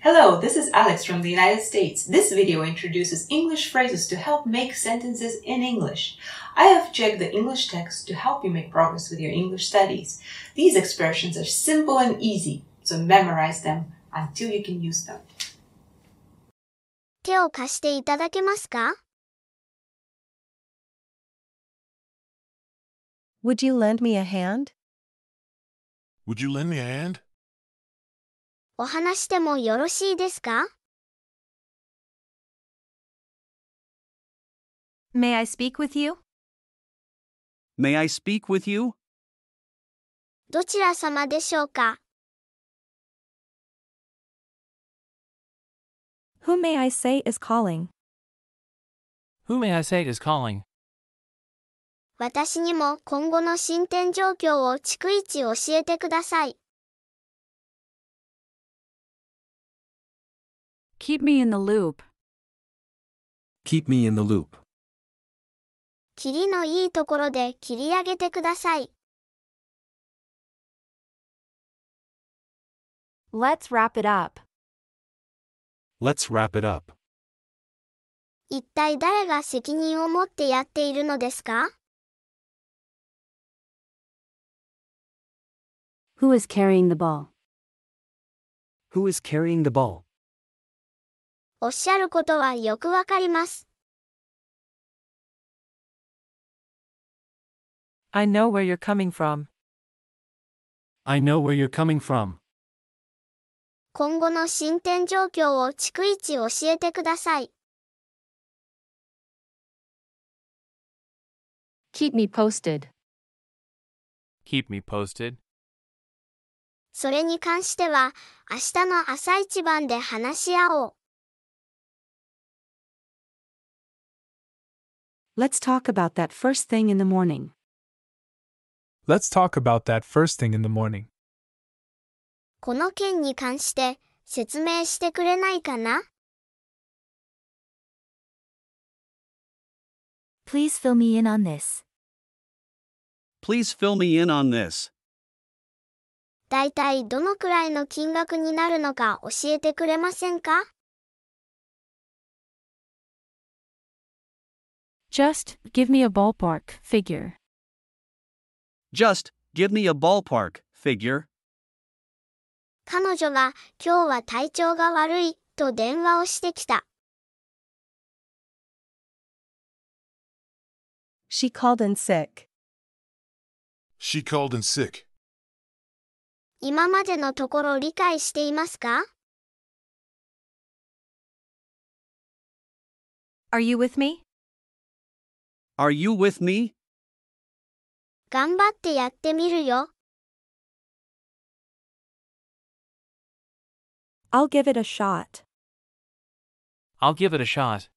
Hello, this is Alex from the United States. This video introduces English phrases to help make sentences in English. I have checked the English text to help you make progress with your English studies. These expressions are simple and easy, so memorize them until you can use them. 手を貸していただけますか Would you lend me a hand? Would you lend me a hand? お話してもよろしいですか May I speak with you? May I speak with you? どちら様でしょうか Who may I say is calling? Who may I say is calling? 私にも今後の進展状況を逐一教えてください。 Keep me in the loop. Keep me in the loop. 切りのいいところで切り上げてください。 Let's wrap it up. Let's wrap it up. 一体誰が責任を持ってやっているのですか Who is carrying the ball? Who is carrying the ball? おっしゃることはよくわかります。 I know where you're coming from. I know where you're coming from. 今後の進展状況を逐一教えてください。 Keep me posted. Keep me posted. それに関しては、明日の朝一番で話し合おう。 Let's talk about that first thing in the morning. Let's talk about that first thing in the morning. この件に関して説明してくれないかな Please fill me in on this. Please fill me in on this. だいたいどのくらいの金額になるのか教えてくれませんか Just give me a ballpark figure. Just give me a ballpark figure. 彼女が今日は体調が悪いと電話をしてきた。 She called in sick. She called in sick. 今までのところ理解していますか Are you with me? Are you with me? 頑張ってやってみるよ。 I'll give it a shot. I'll give it a shot.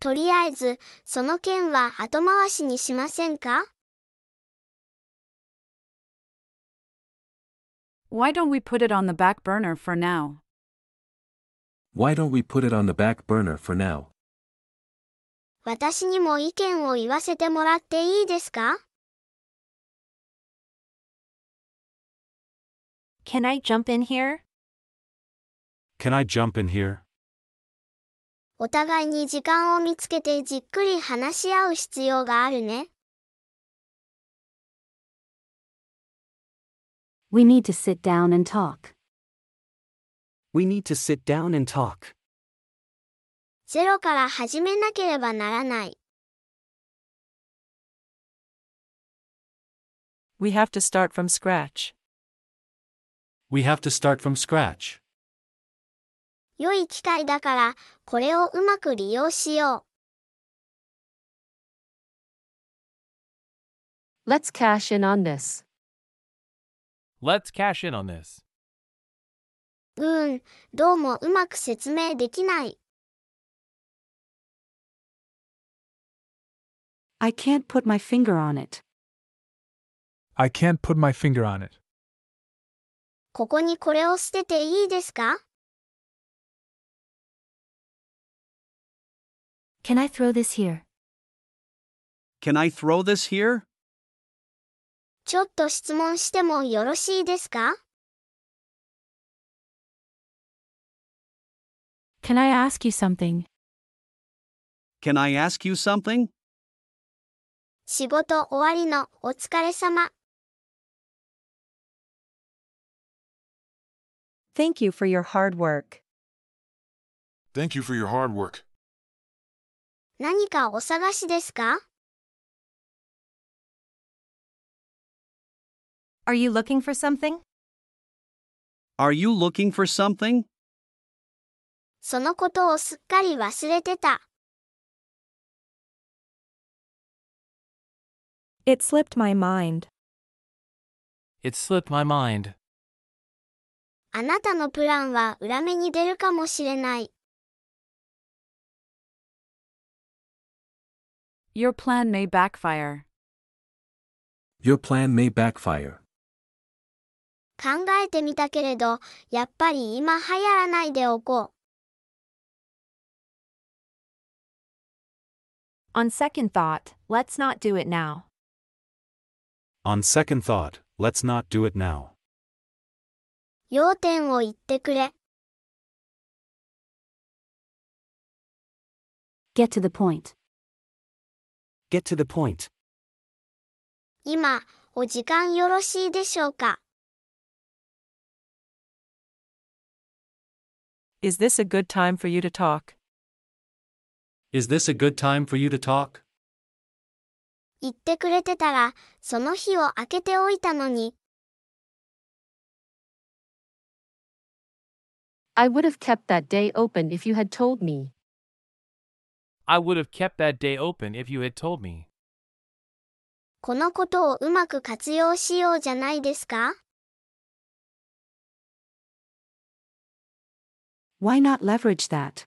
とりあえず、その件は後回しにしませんか Why don't we put it on the back burner for now? Why don't we put it on the back burner for now? 私にも意見を言わせてもらっていいですか Can I jump in here? Can I jump in here? お互いに時間を見つけてじっくり話し合う必要があるね。 We need to sit down and talk. We need to sit down and talk. ゼロから始めなければならない。 We have to start from scratch. We have to start from scratch. 良い機会だから、これをうまく利用しよう。 Let's cash in on this. Let's cash in on this. うーん、どうもうまく説明できない。 I can't put my finger on it. I can't put my finger on it. ここにこれを捨てていいですか Can I throw this here? Can I throw this here? ちょっと質問してもよろしいですか Can I ask you something? Can I ask you something? 仕事終わりのお疲れ様。 Thank you for your hard work. Thank you for your hard work. 何かお探しですか Are you looking for something? Are you looking for something? そのことをすっかり忘れてた。 It slipped my mind. It slipped my mind. あなたのプランは裏目に出るかもしれない。 Your plan may backfire. Your plan may backfire. 考えてみたけれど、やっぱり今流行らないでおこう。 On second thought, let's not do it now. On second thought, let's not do it now. 要点を言ってくれ。 Get to the point. Get to the point. 今、お時間よろしいでしょうか Is this a good time for you to talk? Is this a good time for you to talk? 言ってくれてたら、その日を空けておいたのに、 I would have kept that day open if you had told me. I would have kept that day open if you had told me. このことをうまく活用しようじゃないですか Why not leverage that?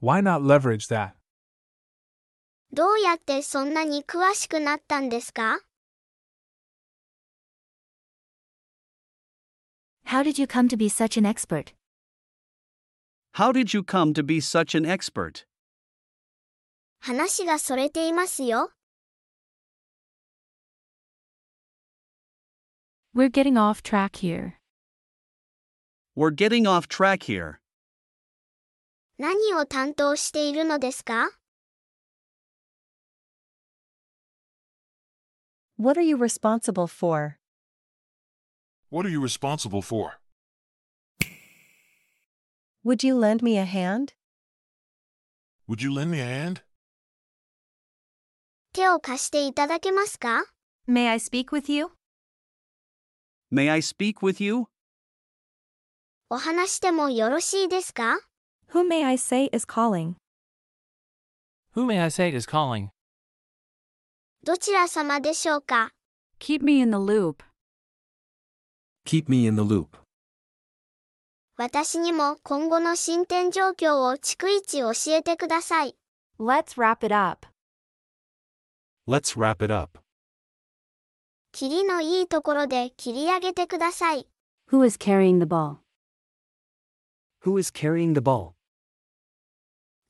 Why not leverage that? どうやってそんなに詳しくなったんですか How did you come to be such an expert? How did you come to be such an expert? 話がそれていますよ。 We're getting off track here. We're getting off track here. 何を担当しているのですか What are you responsible for? What are you responsible for? Would you lend me a hand? Would you lend me a hand? 手を貸していただけますか May I speak with you? May I speak with you? お話してもよろしいですか Who may I say is calling? Who may I say is calling? どちら様でしょうか Keep me in the loop. Keep me in the loop. 私にも今後の進展状況を逐一教えてください。 Let's wrap it up. Let's wrap it up. 切りのいいところで切り上げてください。 Who is carrying the ball? Who is carrying the ball?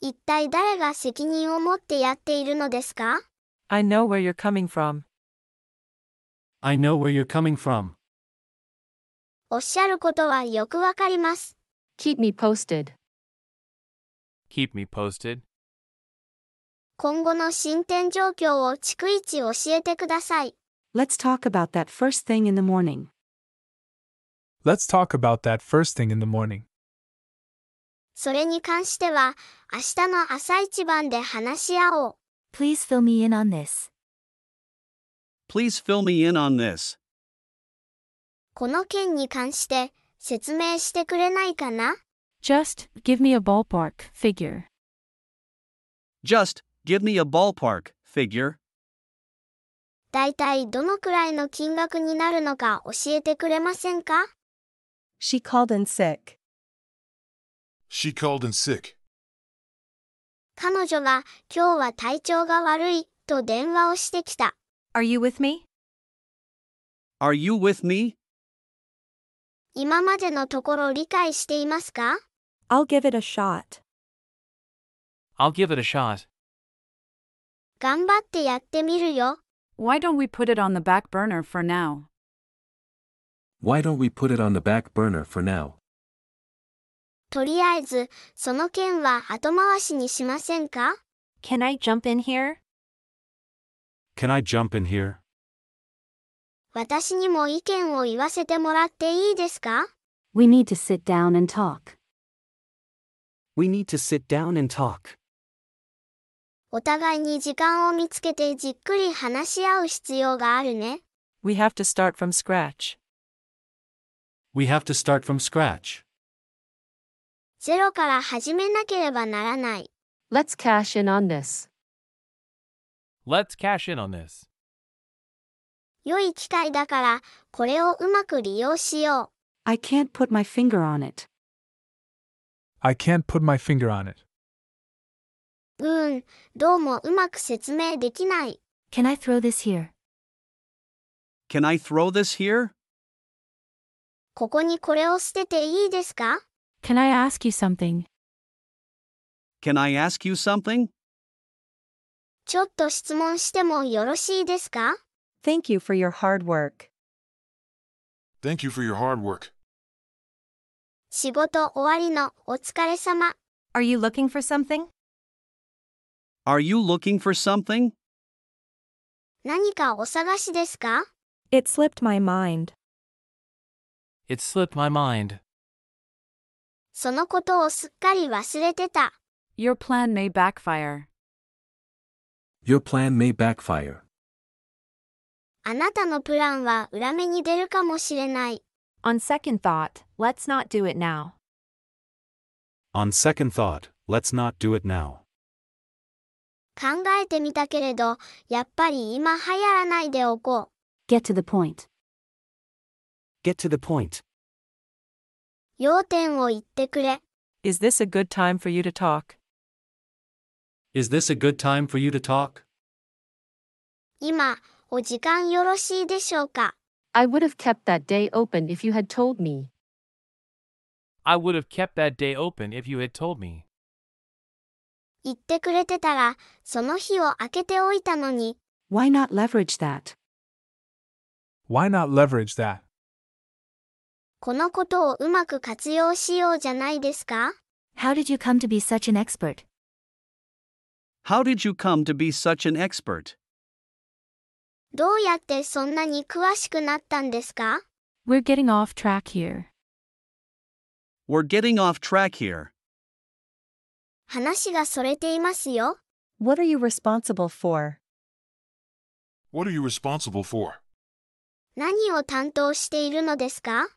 一体誰が責任を持ってやっているのですか I know where you're coming from. I know where you're coming from. おっしゃることはよくわかります。 Keep me posted. Keep me posted. 今後の進展状況を逐一教えてください。 Let's talk about that first thing in the morning. Let's talk about that first thing in the morning. それに関しては、明日の朝一番で話し合おう。 Please fill me in on this. Please fill me in on this. この件に関して説明してくれないかな Just give me a ballpark figure. Just give me a ballpark figure. だいたいどのくらいの金額になるのか教えてくれませんか She called in sick. She called in sick. 彼女が今日は体調が悪いと電話をしてきた。 Are you with me? Are you with me? 今までのところ理解していますか I'll give it a shot. I'll give it a shot. 頑張ってやってみるよ。 Why don't we put it on the back burner for now? Why don't we put it on the back burner for now? とりあえず、その件は後回しにしませんか Can I jump in here? Can I jump in here? 私にも意見を言わせてもらっていいですか We need to sit down and talk. We need to sit down and talk. お互いに時間を見つけてじっくり話し合う必要があるね。 We have to start from scratch. We have to start from scratch. ゼロから始めなければならない。 Let's cash in on this. Let's cash in on this. 良い機会だから、これをうまく利用しよ I can't put my finger on it. I can't put my finger on it. う。うーん、どうもうまく説明できない。 Can I throw this here? Can I throw this here? ここにこれを捨てていいですか Can I ask you something? Can I ask you something? ちょっと質問してもよろしいですか Thank you for your hard work. Thank you for your hard work. 仕事終わりのお疲れ様。 Are you looking for something? Are you looking for something? 何かお探しですか It slipped my mind. It slipped my mind. そのことをすっかり忘れてた。 Your plan may backfire. Your plan may backfire. あなたのプランは裏目に出るかもしれない。 On second thought, let's not do it now. On second thought, let's not do it now. 考えてみたけれど、やっぱり今流行らないでおこう。 Get to the point. Get to the point. 要点を言ってくれ。 Is this a good time for you to talk? Is this a good time for you to talk? 今、お時間よろしいでしょうか I would have kept that day open if you had told me. I would have kept that day open if you had told me. 言ってくれてたら、その日を空けておいたのに、 Why not leverage that? Why not leverage that? このことをうまく活用しようじゃないですか How did you come to be such an expert? How did you come to be such an expert? どうやってそんなに詳しくなったんですか We're getting off track here. We're getting off track here. 話がそれていますよ。 What are you responsible for? What are you responsible for? 何を担当しているのですか